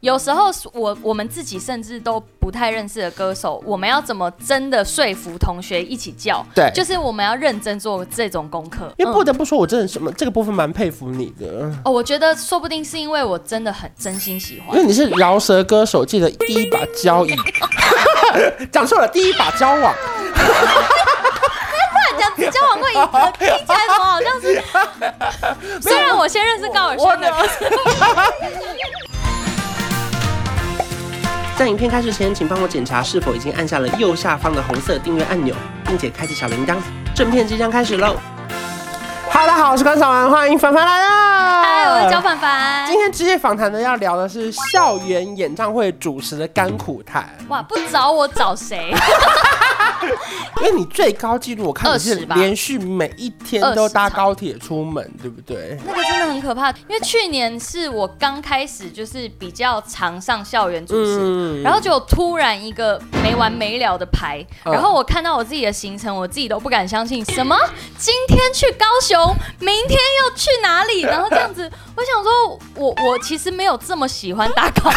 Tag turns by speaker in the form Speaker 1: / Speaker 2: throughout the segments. Speaker 1: 有时候我我们自己甚至都不太认识的歌手，我们要怎么真的说服同学一起叫？
Speaker 2: 对
Speaker 1: 就是我们要认真做这种功课。
Speaker 2: 因为
Speaker 1: 嗯
Speaker 2: 不得不说，我真的什么这个部分蛮佩服你的，
Speaker 1: 哦，我觉得说不定是因为我真的很真心喜欢
Speaker 2: 因。为你是饶舌歌手界的第一把交椅， 讲错了，第一把交啊往，
Speaker 1: 讲交往过一个，听起来怎么好 像是？虽然我先认识高尔宣的，
Speaker 2: 在影片开始前，请帮我检查是否已经按下了右下方的红色订阅按钮，并且开启小铃铛。正片即将开始喽！哈，大家好，我是关少文，欢迎凡凡来啦！
Speaker 1: 嗨，哎我是焦凡凡
Speaker 2: 今。天职业访谈呢，要聊的是校园演唱会主持的甘苦谈，
Speaker 1: 哇，不找我找谁？
Speaker 2: 因为你最高纪录，我看你是
Speaker 1: 20吧
Speaker 2: 连续每一天都搭高铁出门，对不对？
Speaker 1: 那个真的很可怕，因为去年是我刚开始就是比较常上校园主持，
Speaker 2: 嗯
Speaker 1: 然后就突然一个没完没了的排，
Speaker 2: 嗯
Speaker 1: 然后我看到我自己的行程，我自己都不敢相信，什么今天去高雄，明天又去哪 里，然后这样子，我想说我我其实没有这么喜欢打 高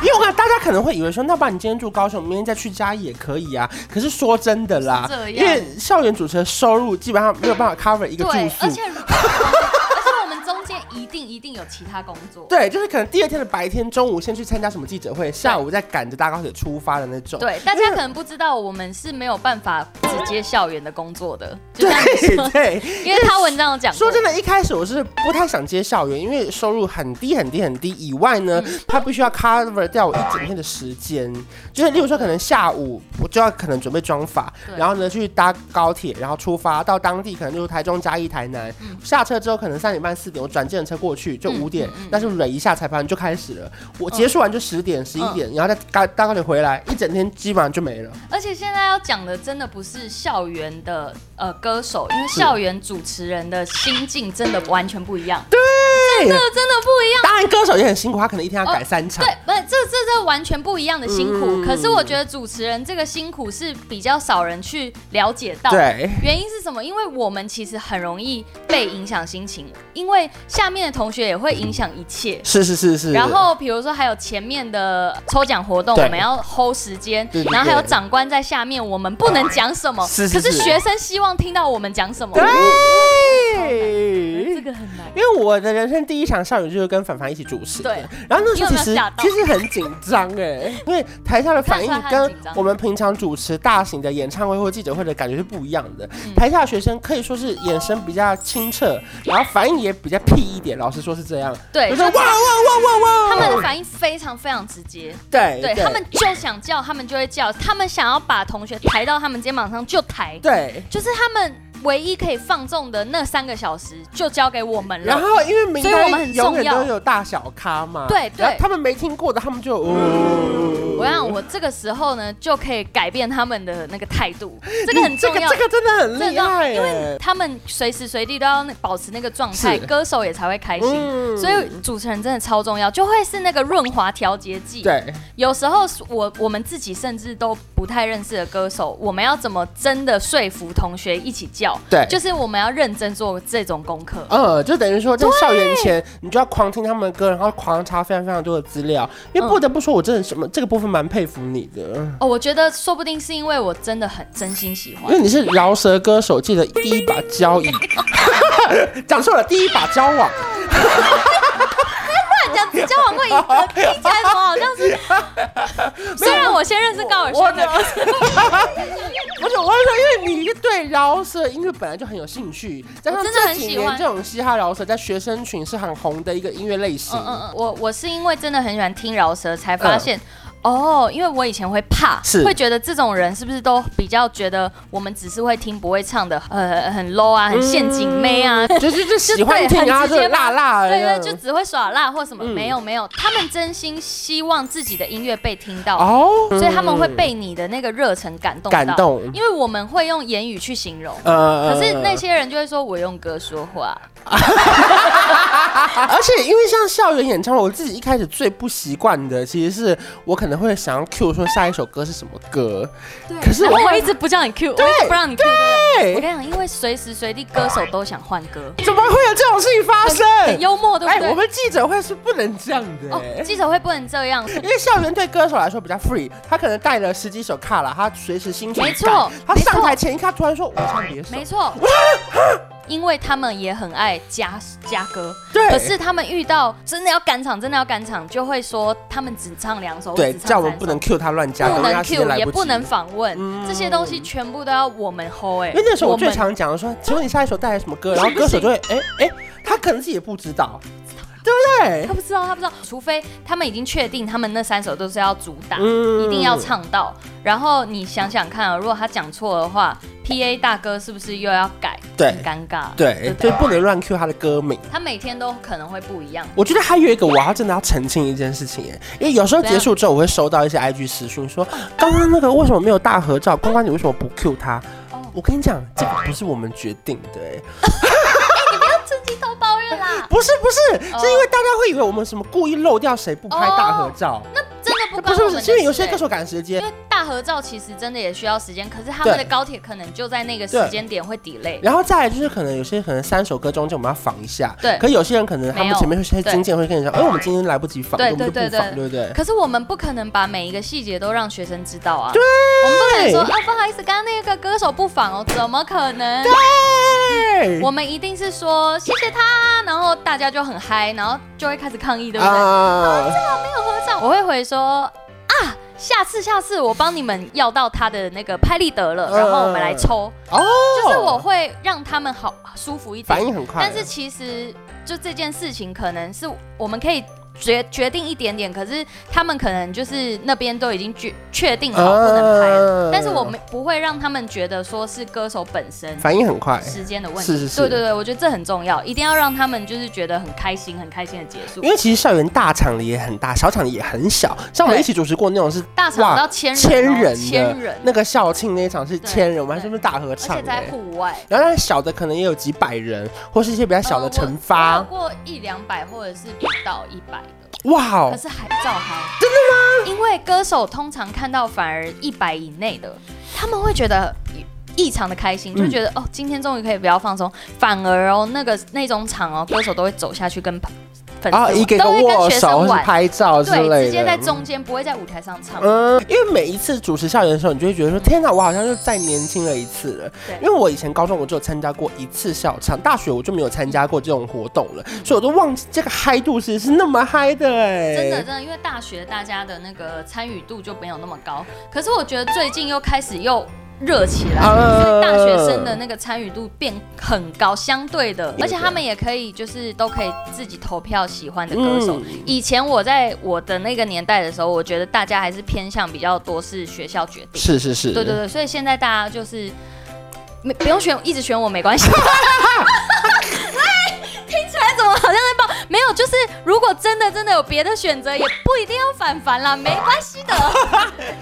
Speaker 2: 因为我看大家可能会以为说，那不然你今天住高雄，明天再去嘉义也可以啊。可是说真的啦
Speaker 1: 是这，样
Speaker 2: 因为校园主持的收入基本上没有办法 cover 一个住
Speaker 1: 对，而
Speaker 2: 宿
Speaker 1: 且。 而且我们中间一定一定有其他工作。
Speaker 2: 对，就是可能第二天的白天，中午先去参加什么记者会，下午再赶着搭高铁出发的那种。
Speaker 1: 对，大家可能不知道，我们是没有办法直接校园的工作的，就像你
Speaker 2: 对
Speaker 1: 说，
Speaker 2: 对，
Speaker 1: 因为他文章有讲
Speaker 2: 说
Speaker 1: 过，
Speaker 2: 真的，一开始我是不太想接校园，因为收入很低很低很低。以外呢，
Speaker 1: 嗯
Speaker 2: 他必须要 cover 掉我一整天的时间，就是例如说，可能下午我就要可能准备妆发，
Speaker 1: 对
Speaker 2: 然后呢去搭高铁，然后出发到当地，可能就是台中、嘉义、台南。下车之后可能三点半、四点，我转计程车过去就
Speaker 1: 嗯
Speaker 2: 五点
Speaker 1: 嗯嗯，
Speaker 2: 但是蕊一下彩排就开始了。我结束完就十点、十一
Speaker 1: 嗯
Speaker 2: 点，然后再搭搭高铁回来，一整天基本上就没了。
Speaker 1: 而且现在要讲的真的不是校园的呃歌手，因为校园主持人的心境真的完全不一样，
Speaker 2: 对，
Speaker 1: 这真的不一样。
Speaker 2: 当然歌手也很辛苦，他可能一天要改三场
Speaker 1: 哦对。，不是这这这完全不一样的辛苦。
Speaker 2: 嗯
Speaker 1: 可是我觉得主持人这个辛苦是比较少人去了解到的
Speaker 2: 对，
Speaker 1: 原因是什么？因为我们其实很容易被影响心情，因为下面的同学也会影响一切。
Speaker 2: 是是是是。
Speaker 1: 然后比如说还有前面的抽奖活动，
Speaker 2: 对
Speaker 1: 我们要 hold 时间
Speaker 2: 对对，对
Speaker 1: 然后还有长官在下面，我们不能讲什么，
Speaker 2: 是是
Speaker 1: 可是
Speaker 2: 是
Speaker 1: 学生希望听到我们讲什么，哎
Speaker 2: 对，
Speaker 1: 这个很难。
Speaker 2: 因为我的人生第一场校友就是跟凡凡一起主持的，
Speaker 1: 对
Speaker 2: 然后那时
Speaker 1: 你有
Speaker 2: 候其
Speaker 1: 没有
Speaker 2: 实
Speaker 1: 吓到
Speaker 2: 其实很紧张 哎，因为台下的反应
Speaker 1: 看得出来他很
Speaker 2: 跟
Speaker 1: 紧张
Speaker 2: 我们平常主持大型的演唱会或记者会的感觉是不一样的。
Speaker 1: 嗯
Speaker 2: 台下的学生可以说是眼神比较清澈，然后反应也比较屁一点，老实说是这样，
Speaker 1: 对
Speaker 2: 就是哇哇哇哇哇，
Speaker 1: 他们的反应非常非常直接，
Speaker 2: 哎对
Speaker 1: 对他们就想叫，他们就会叫，他们想要把同学抬到他们肩膀上就抬，
Speaker 2: 对。
Speaker 1: 就是他们唯一可以放纵的那三个小时就交给我们
Speaker 2: 然
Speaker 1: 了。
Speaker 2: 后因为名
Speaker 1: 所以我们
Speaker 2: 单
Speaker 1: 很
Speaker 2: 永
Speaker 1: 重
Speaker 2: 远
Speaker 1: 要
Speaker 2: 都有大小咖嘛，
Speaker 1: 对对
Speaker 2: 然后他们没听过的，他们就哦，
Speaker 1: 我让我这个时候呢，就可以改变他们的那个态度，这个很重要
Speaker 2: 这。个真的很厉害耶，
Speaker 1: 因为他们随时随地都要保持那个状态，
Speaker 2: 是
Speaker 1: 歌手也才会开心。
Speaker 2: 嗯
Speaker 1: 所以主持人真的超重要，就会是那个润滑调节剂。，
Speaker 2: 对。
Speaker 1: 有时候我我们自己甚至都不太认识的歌手，我们要怎么真的说服同学一起叫？
Speaker 2: 对
Speaker 1: 就是我们要认真做这种功课。
Speaker 2: 呃，就等于说在校园前，你就要狂听他们的歌，然后狂查非常非常多的资料。因为不得不说，我真的什么这个部分蛮佩服你的，
Speaker 1: 哦，我觉得说不定是因为我真的很真心喜欢
Speaker 2: 因。为你是饶舌歌手界的第一把交 椅，讲错了，第一把交往。
Speaker 1: 讲只交往过一个，听起来怎么好像是？ 虽然我先认识高尔
Speaker 2: 我
Speaker 1: 宣
Speaker 2: 的
Speaker 1: 的，
Speaker 2: 不是，我是说，因为你对饶舌音乐本来就很有兴趣，加上
Speaker 1: 我真的
Speaker 2: 这
Speaker 1: 很
Speaker 2: 几
Speaker 1: 喜
Speaker 2: 年
Speaker 1: 欢
Speaker 2: 这种嘻哈饶舌在学生群是很红的一个音乐类型
Speaker 1: 嗯。嗯嗯，我我是因为真的很喜欢听饶舌，才发现。哦，因为我以前会怕，
Speaker 2: 嗯是
Speaker 1: 会觉得这种人是不是都比较觉得我们只是会听不会唱的，呃，很 low 啊，很陷阱妹啊，
Speaker 2: 就是就嗯 喜
Speaker 1: 对
Speaker 2: 欢听，
Speaker 1: 很
Speaker 2: 然后
Speaker 1: 直
Speaker 2: 就
Speaker 1: 接嘛
Speaker 2: 辣辣的这
Speaker 1: 对
Speaker 2: 样，
Speaker 1: 对，就只会耍辣或什么。
Speaker 2: 嗯
Speaker 1: 没有没有，他们真心希望自己的音乐被听到，
Speaker 2: 哦，
Speaker 1: 所以他们会
Speaker 2: 嗯
Speaker 1: 被你的那个热忱感动到
Speaker 2: 感动。
Speaker 1: 因为我们会用言语去形容。
Speaker 2: 呃
Speaker 1: 可是那些人就会说，我用歌说话，
Speaker 2: 而且因为像校园演唱会，我自己一开始最不习惯的其实是我可能能会想要 Q 说下一首歌是什么歌，
Speaker 3: 对
Speaker 2: 可是
Speaker 1: 然
Speaker 2: 我
Speaker 1: 后我一直不叫你 Q，我一直不让你 Q。我跟
Speaker 2: 对，
Speaker 1: 你讲，因为随时随地歌手都想换歌，
Speaker 2: 怎么会有这种事情发生？
Speaker 1: 很幽默，对
Speaker 2: 哎
Speaker 1: 不，对
Speaker 2: 我？们哎记者会是不能这样的、欸
Speaker 1: 哦，记者会不能这样，是
Speaker 2: 因为校园对歌手来说比较 free，他可能带了十几首卡拉，他随时心情
Speaker 1: 没错
Speaker 2: 改他
Speaker 1: 没错
Speaker 2: 上台前一刻他突然说我唱别首，
Speaker 1: 没错，因为他们也很爱加加歌，
Speaker 2: 对，
Speaker 1: 可是他们遇到真的要赶场，真的要赶场，就会说他们只唱两首，
Speaker 2: 对，
Speaker 1: 只唱
Speaker 2: 叫我们
Speaker 1: 三
Speaker 2: 不
Speaker 1: 首
Speaker 2: 能 Q 他乱加，
Speaker 1: 不
Speaker 2: 因为他
Speaker 1: 能
Speaker 2: 时间
Speaker 1: Q，
Speaker 2: 来
Speaker 1: 也
Speaker 2: 不及
Speaker 1: 不能。访问，
Speaker 2: 嗯
Speaker 1: 这些东西全部都要我们 hold 哎、
Speaker 2: 因为那时候我最
Speaker 1: 们
Speaker 2: 常讲的说，请问你下一首带来什么歌？然后歌手就会，哎哎，他可能自己也不知道，对不对
Speaker 1: 他？不知道，他不知道，除非他们已经确定他们那三首都是要主打，
Speaker 2: 嗯
Speaker 1: 一定要唱到。然后你想想看啊，如果他讲错的话，P A 大哥是不是又要改？
Speaker 2: 对
Speaker 1: 很尴尬。
Speaker 2: 对，
Speaker 1: 对
Speaker 2: 就不能乱 Q 他的歌名。
Speaker 1: 他每天都可能会不一样。
Speaker 2: 我觉得还有一个我要真的要澄清一件事情耶，因为有时候结束之后我会收到一些 IG 私讯
Speaker 1: 哦
Speaker 2: 说，刚刚那个为什么没有大合照？关关你为什么不 Q 他
Speaker 1: 哦？
Speaker 2: 我跟你讲，这个不是我们决定的耶，
Speaker 1: 自己都抱怨 啦，
Speaker 2: 不是不是，
Speaker 1: 哦
Speaker 2: 是因为大家会以为我们什么故意漏掉谁不拍大合照，
Speaker 1: 哦真的不
Speaker 2: 不
Speaker 1: 关
Speaker 2: 是
Speaker 1: 我
Speaker 2: 不
Speaker 1: 们的
Speaker 2: 是，
Speaker 1: 事、
Speaker 2: 是因为有些
Speaker 1: 欸
Speaker 2: 歌手赶时间
Speaker 1: 因，为大合照其实真的也需要时间，可是他们的
Speaker 2: 对
Speaker 1: 高铁可能就在那个时
Speaker 2: 对
Speaker 1: 间点会 delay。
Speaker 2: 然后再来就是可能有些可能三首歌中间我们要仿一下，
Speaker 1: 对
Speaker 2: 可有些人可能他
Speaker 1: 没
Speaker 2: 们
Speaker 1: 有
Speaker 2: 前面会些
Speaker 1: 对
Speaker 2: 经纪人会跟你讲，哎，我们今天来不及仿，
Speaker 1: 对
Speaker 2: 我们就
Speaker 1: 对
Speaker 2: 不
Speaker 1: 对
Speaker 2: 仿，对不对？
Speaker 1: 可是我们不可能把每一个细节都让学生知道啊。对，我们不能说啊，不 好意思，刚刚那个歌手不仿哦，怎么可能？
Speaker 2: 对
Speaker 1: 我们一定是说谢谢他，然后大家就很嗨，然后就会开始抗议，对不对？
Speaker 2: 啊，
Speaker 1: 没有合照，我会回说啊，下次下次我帮你们要到他的那个拍立得了，
Speaker 2: 嗯
Speaker 1: 然后我们来抽。
Speaker 2: 哦，
Speaker 1: 就是我会让他们好舒服一点
Speaker 2: 反。应很快，
Speaker 1: 但是其实就这件事情，可能是我们可以决决定一点点，可是他们可能就是那边都已经决确定好不能拍了，
Speaker 2: 嗯
Speaker 1: 但是我们不会让他们觉得说是歌手本身
Speaker 2: 反应很快，
Speaker 1: 时间的问题。
Speaker 2: 是是是，
Speaker 1: 对对对，我觉得这很重要，一定要让他们就是觉得很开心，很开心的结束
Speaker 2: 因。为其实校园大厂的也很大，小厂的也很小。像我们
Speaker 1: 对
Speaker 2: 一起主持过那种是
Speaker 1: 大场
Speaker 2: 哇
Speaker 1: 到千人哦，
Speaker 2: 千人
Speaker 1: 千
Speaker 2: 的
Speaker 1: 人，，
Speaker 2: 那个校庆那一场是
Speaker 1: 对
Speaker 2: 千人，我们还
Speaker 1: 对
Speaker 2: 是不是大合
Speaker 1: 而
Speaker 2: 唱
Speaker 1: 且在
Speaker 2: 欸？
Speaker 1: 户外。
Speaker 2: 然后但是小的可能也有几百人，或是一些比较小
Speaker 1: 呃
Speaker 2: 的
Speaker 1: 我
Speaker 2: 惩罚
Speaker 1: 我有。过一两百或者是不到一百的。
Speaker 2: 哇
Speaker 1: 可
Speaker 2: 哦，
Speaker 1: 是还照嗨。真的吗？因为歌手通常看到反而一百以内的，他们会觉得异常的开
Speaker 2: 嗯
Speaker 1: 心，就觉得、哦，今天终于可以不要放松。反而哦，那个那种场哦，歌手都会走下去跟粉丝
Speaker 2: 啊，
Speaker 1: 玩，
Speaker 2: 一个一个
Speaker 1: 都会
Speaker 2: 握
Speaker 1: 跟学
Speaker 2: 手
Speaker 1: 生
Speaker 2: 或是
Speaker 1: 玩，
Speaker 2: 拍啊照之类的，
Speaker 1: 对，直接在中间，不会在舞台上唱。
Speaker 2: 嗯，因为每一次主持校园的时候，你就会觉得说，天哪，我好像又再年轻了一次了
Speaker 1: 对。
Speaker 2: 因为我以前高中我只有参加过一次校唱，大学我就没有参加过这种活动了，所以我都忘记这个嗨度其实是那么嗨的哎、
Speaker 1: 真的真的，因为大学大家的那个参与度就没有那么高，可是我觉得最近又开始又热起来，
Speaker 2: 啊
Speaker 1: 就是大学生的那个参与度变很高，相对的，
Speaker 2: 对
Speaker 1: 而且他们也可以就是都可以自己投票喜欢的歌手。
Speaker 2: 嗯
Speaker 1: 以前我在我的那个年代的时候，我觉得大家还是偏向比较多是学校决定，
Speaker 2: 是是是，
Speaker 1: 对对对，所以现在大家就是没不用选，一直选我没关 系。哎听起来怎么好像在报？没有，就是如果真的真的有别的选择，也不一定要反凡啦，没关系 的，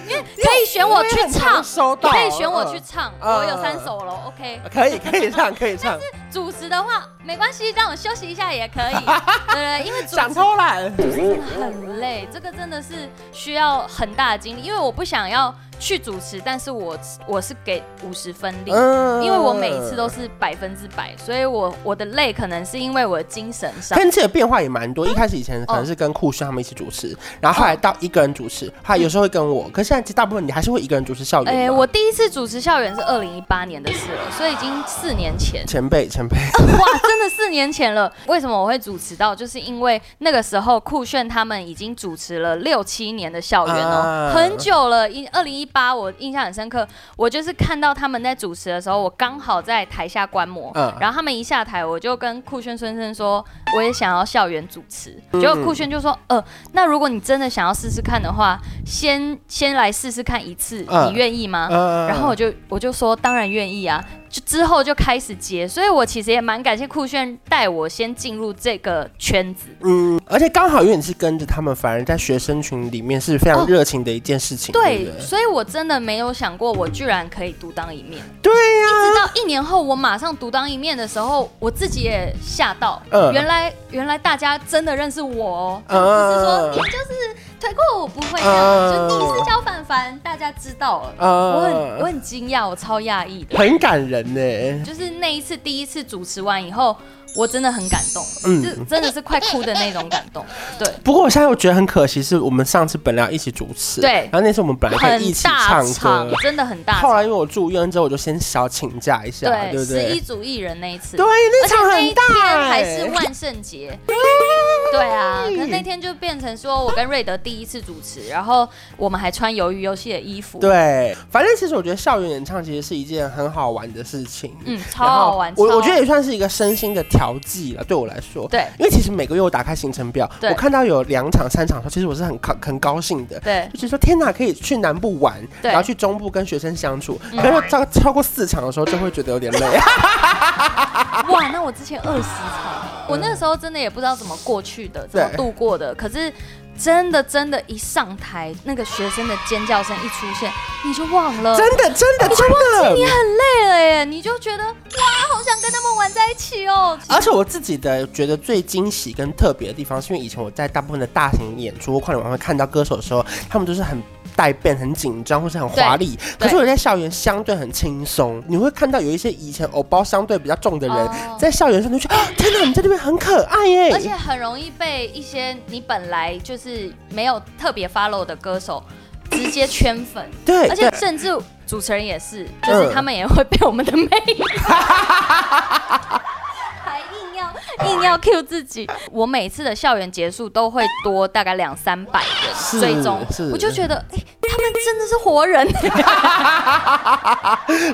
Speaker 1: 因为可以选我去
Speaker 2: 因为很
Speaker 1: 唱
Speaker 2: 常，收到，
Speaker 1: 可以选我去唱，
Speaker 2: 嗯
Speaker 1: 我有三首了，OK
Speaker 2: 嗯。可以可以唱可以唱，
Speaker 1: 主持的话没关系，让我休息一下也可以， 对对，因为主
Speaker 2: 想
Speaker 1: 持
Speaker 2: 偷懒，
Speaker 1: 很累，这个真的是需要很大的精力，因为我不想要去主持，但是我我是给五十分力。
Speaker 2: 嗯
Speaker 1: 因为我每一次都。是百分之百，所以我我的累可能是因为我的精神上，
Speaker 2: 天气的变化也蛮
Speaker 1: 嗯
Speaker 2: 多，一开始以前可能是跟酷炫他们一起
Speaker 1: 哦
Speaker 2: 主持，然后后来到一个人主持，还有时候会跟我，可是现在其实大部分你还是会一个人主持校园嘛。，
Speaker 1: 哎、我第一次主持校园是二零一八年的事了，所以已经四年前
Speaker 2: 前辈前辈，
Speaker 1: 哇，真的四年前了。为什么我会主持到？就是因为那个时候酷炫他们已经主持了六七年的校园哦，
Speaker 2: 啊
Speaker 1: 很久了。一二零一八我印象很深刻，我就是看到他们在主持的时候，我刚好在台下观摩，
Speaker 2: 嗯
Speaker 1: 然后他们一下台，我就跟酷炫先生说，我也想要校园主持。结果酷炫就说，呃，那如果你真的想要试试看的话，先先来试试看一次，
Speaker 2: 嗯
Speaker 1: 你愿意吗？
Speaker 2: 嗯
Speaker 1: 然后我就我就说当然愿意啊，就之后就开始接，所以我其实也蛮感谢酷炫带我先进入这个圈子。
Speaker 2: 嗯，而且刚好因为你是跟着他们，反而在学生群里面是非
Speaker 1: 哦
Speaker 2: 常热情的一件事情。对
Speaker 1: 对
Speaker 2: 不，对，
Speaker 1: 所以我真的没有想过我居然可以独当一面。
Speaker 2: 对呀、
Speaker 1: 直到一年后我马上独当一面的时候，我自己也吓到，
Speaker 2: 嗯
Speaker 1: 原来原来大家真的认识我哦，
Speaker 2: 嗯
Speaker 1: 不是说你就是推水库，不会
Speaker 2: 啊
Speaker 1: 的，就你是小凡凡，大家知道了。我很我很惊讶，我超讶异的，
Speaker 2: 嗯很感人呢、
Speaker 1: 就是那一次第一次主持完以后，我真的很感动，
Speaker 2: 嗯
Speaker 1: 就真的是快哭的那种感动，对。
Speaker 2: 不过我现在又觉得很可惜，是我们上次本来要一起主持，
Speaker 1: 对
Speaker 2: 然后那次我们本来可以一
Speaker 1: 很
Speaker 2: 起
Speaker 1: 大
Speaker 2: 唱
Speaker 1: 场
Speaker 2: 歌，，
Speaker 1: 真的很大
Speaker 2: 后来
Speaker 1: 场。
Speaker 2: 因为我住院之后，我就先小请假一下，对不
Speaker 1: 十一
Speaker 2: 对？
Speaker 1: 组艺人那一次，
Speaker 2: 对，
Speaker 1: 而
Speaker 2: 那
Speaker 1: 且
Speaker 2: 场
Speaker 1: 那一
Speaker 2: 很大、
Speaker 1: 天
Speaker 2: 欸，
Speaker 1: 还 是万圣节。对啊，
Speaker 2: 哎
Speaker 1: 可那天就变成说我跟瑞德第一次主持，然后我们还穿鱿鱼游戏的衣服，，
Speaker 2: 对，反正其实我觉得校园演唱其实是一件很好玩的事情，
Speaker 1: 嗯，超
Speaker 2: 然后
Speaker 1: 好玩。
Speaker 2: 我我
Speaker 1: 超
Speaker 2: 觉得也算是一个身心的调剂了，对我来说。
Speaker 1: 对
Speaker 2: 因为其实每个月我打开行程表，
Speaker 1: 对
Speaker 2: 我看到有两场、三场的时候，其实我是很高很高兴的。
Speaker 1: 对
Speaker 2: 就觉得说天哪，可以去南部玩，
Speaker 1: 对嗯
Speaker 2: 然后去中部跟学生相处。可是超超过四场的时候，就会觉得有点 累。啊
Speaker 1: 哇，那我之前二十场，我那时候真的也不知道怎么过去的，怎么
Speaker 2: 嗯对
Speaker 1: 度过的。可是真的真的，一上台那个学生的尖叫声一出现，你就忘了，
Speaker 2: 真的，真的，真
Speaker 1: 你
Speaker 2: 的。
Speaker 1: 很累了耶，你就觉得哇，好想跟他们玩在一起哦。
Speaker 2: 而且我自己的觉得最惊喜跟特别的地方，是因为以前我在大部分的大型演出或跨年晚会看到歌手的时候，他们都是很带变、很紧张或是很华丽。
Speaker 1: 对
Speaker 2: 可是我在校园相对很轻松，你会看到有一些以前偶包相对比较重的人，
Speaker 1: 哦
Speaker 2: 在校园上就觉得啊 天哪，你在那边很可爱耶。
Speaker 1: 而且很容易被一些你本来就是没有特别 follow 的歌 手直接圈粉，
Speaker 2: 对，
Speaker 1: 而且
Speaker 2: 对嗯
Speaker 1: 甚至主持人也是，就是他们也会被我们的魅 力。还硬要硬要 Q 自己，我每次的校园结束都会多大概两三百人
Speaker 2: 是
Speaker 1: 追踪
Speaker 2: 是，
Speaker 1: 我就觉得，哎、他们真的是活 人，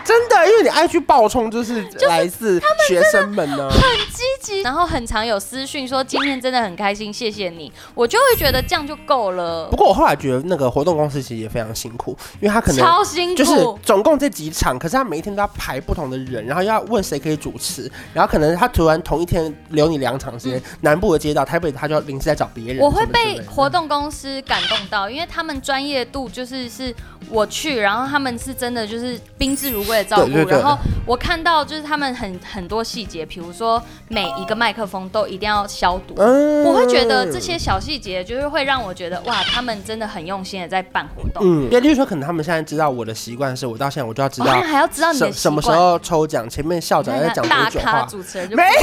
Speaker 2: 真的，因为你 IG 爆冲就是来自学生们啊呢、
Speaker 1: 积极，然后很常有私讯说今天真的很开心，谢谢你，我就会觉得这样就够了
Speaker 2: 不，过我后来觉得那个活动公司其实也非常辛苦，因为他可能
Speaker 1: 超辛苦，
Speaker 2: 就是总共这几场，可是他每一天都要排不同的人，然后要问谁可以主持，然后可能他突然同一天留你两场时间，南部的街道，台北他就要临时在找别人。
Speaker 1: 嗯我会
Speaker 2: 什么之类
Speaker 1: 被
Speaker 2: 的
Speaker 1: 活动公司感动到，因为他们专业度就是是我去，然后他们是真的就是宾至如归的照顾。
Speaker 2: 对对对
Speaker 1: 然后我看到就是他们很很多细节，比如说每一个麦克风都一定要消毒。
Speaker 2: 嗯
Speaker 1: 我会觉得这些小细节就是会让我觉得哇，他们真的很用心的在办活动。
Speaker 2: 嗯，对，例如说，可能他们现在知道我的习惯是，我到现在我就要知
Speaker 1: 哦，
Speaker 2: 道
Speaker 1: 他们还要 知道你的
Speaker 2: 什
Speaker 1: 习
Speaker 2: 什么时
Speaker 1: 惯。
Speaker 2: 候抽奖，前面校长在
Speaker 1: 那
Speaker 2: 讲
Speaker 1: 大
Speaker 2: 多久
Speaker 1: 咖
Speaker 2: 话，
Speaker 1: 主持人就
Speaker 2: 没 有，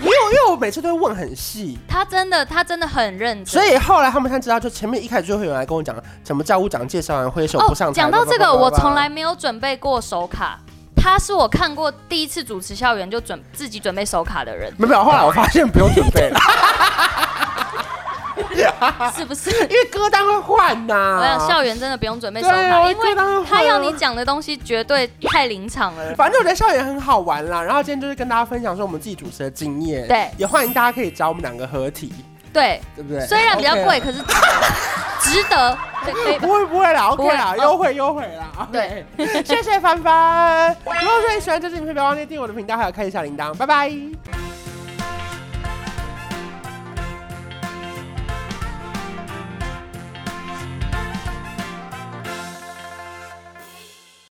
Speaker 2: 因为因为我每次都会问很细，
Speaker 1: 他真的他真的很认真。
Speaker 2: 所以后来他们才知道，就前面一开始就会有人来跟我讲，什么教务长介绍完挥手不上台。
Speaker 1: 哦讲到这个，
Speaker 2: 叭叭叭叭
Speaker 1: 我
Speaker 2: 叭
Speaker 1: 从来没有准备过手卡，他是我看过第一次主持校园就准自己准备手卡的
Speaker 2: ，
Speaker 1: 人
Speaker 2: 没有没有，后来我发现不用准备
Speaker 1: 啊
Speaker 2: 了，
Speaker 1: 是不是？
Speaker 2: 因为歌单会换呐、
Speaker 1: 我想校园真的不用准备手
Speaker 2: 啊对
Speaker 1: 卡，
Speaker 2: 啊
Speaker 1: 因为
Speaker 2: 这当然会啊
Speaker 1: 他要你讲的东西绝对太临场了。
Speaker 2: 反正我觉得校园很好玩啦，然后今天就是跟大家分享说我们自己主持的经验，
Speaker 1: 对
Speaker 2: 也欢迎大家可以找我们两个合体，
Speaker 1: 对，
Speaker 2: 对不对？
Speaker 1: 虽然比较
Speaker 2: OK 啦
Speaker 1: 贵，可是值得。对对
Speaker 2: 不会不会啦，OK 啦，
Speaker 1: 不会哦
Speaker 2: 优惠优惠啦。
Speaker 1: 对
Speaker 2: OK，谢谢凡凡。如果说你喜欢这支影片，不要忘记订阅我的频道，还有开一下铃铛，拜拜。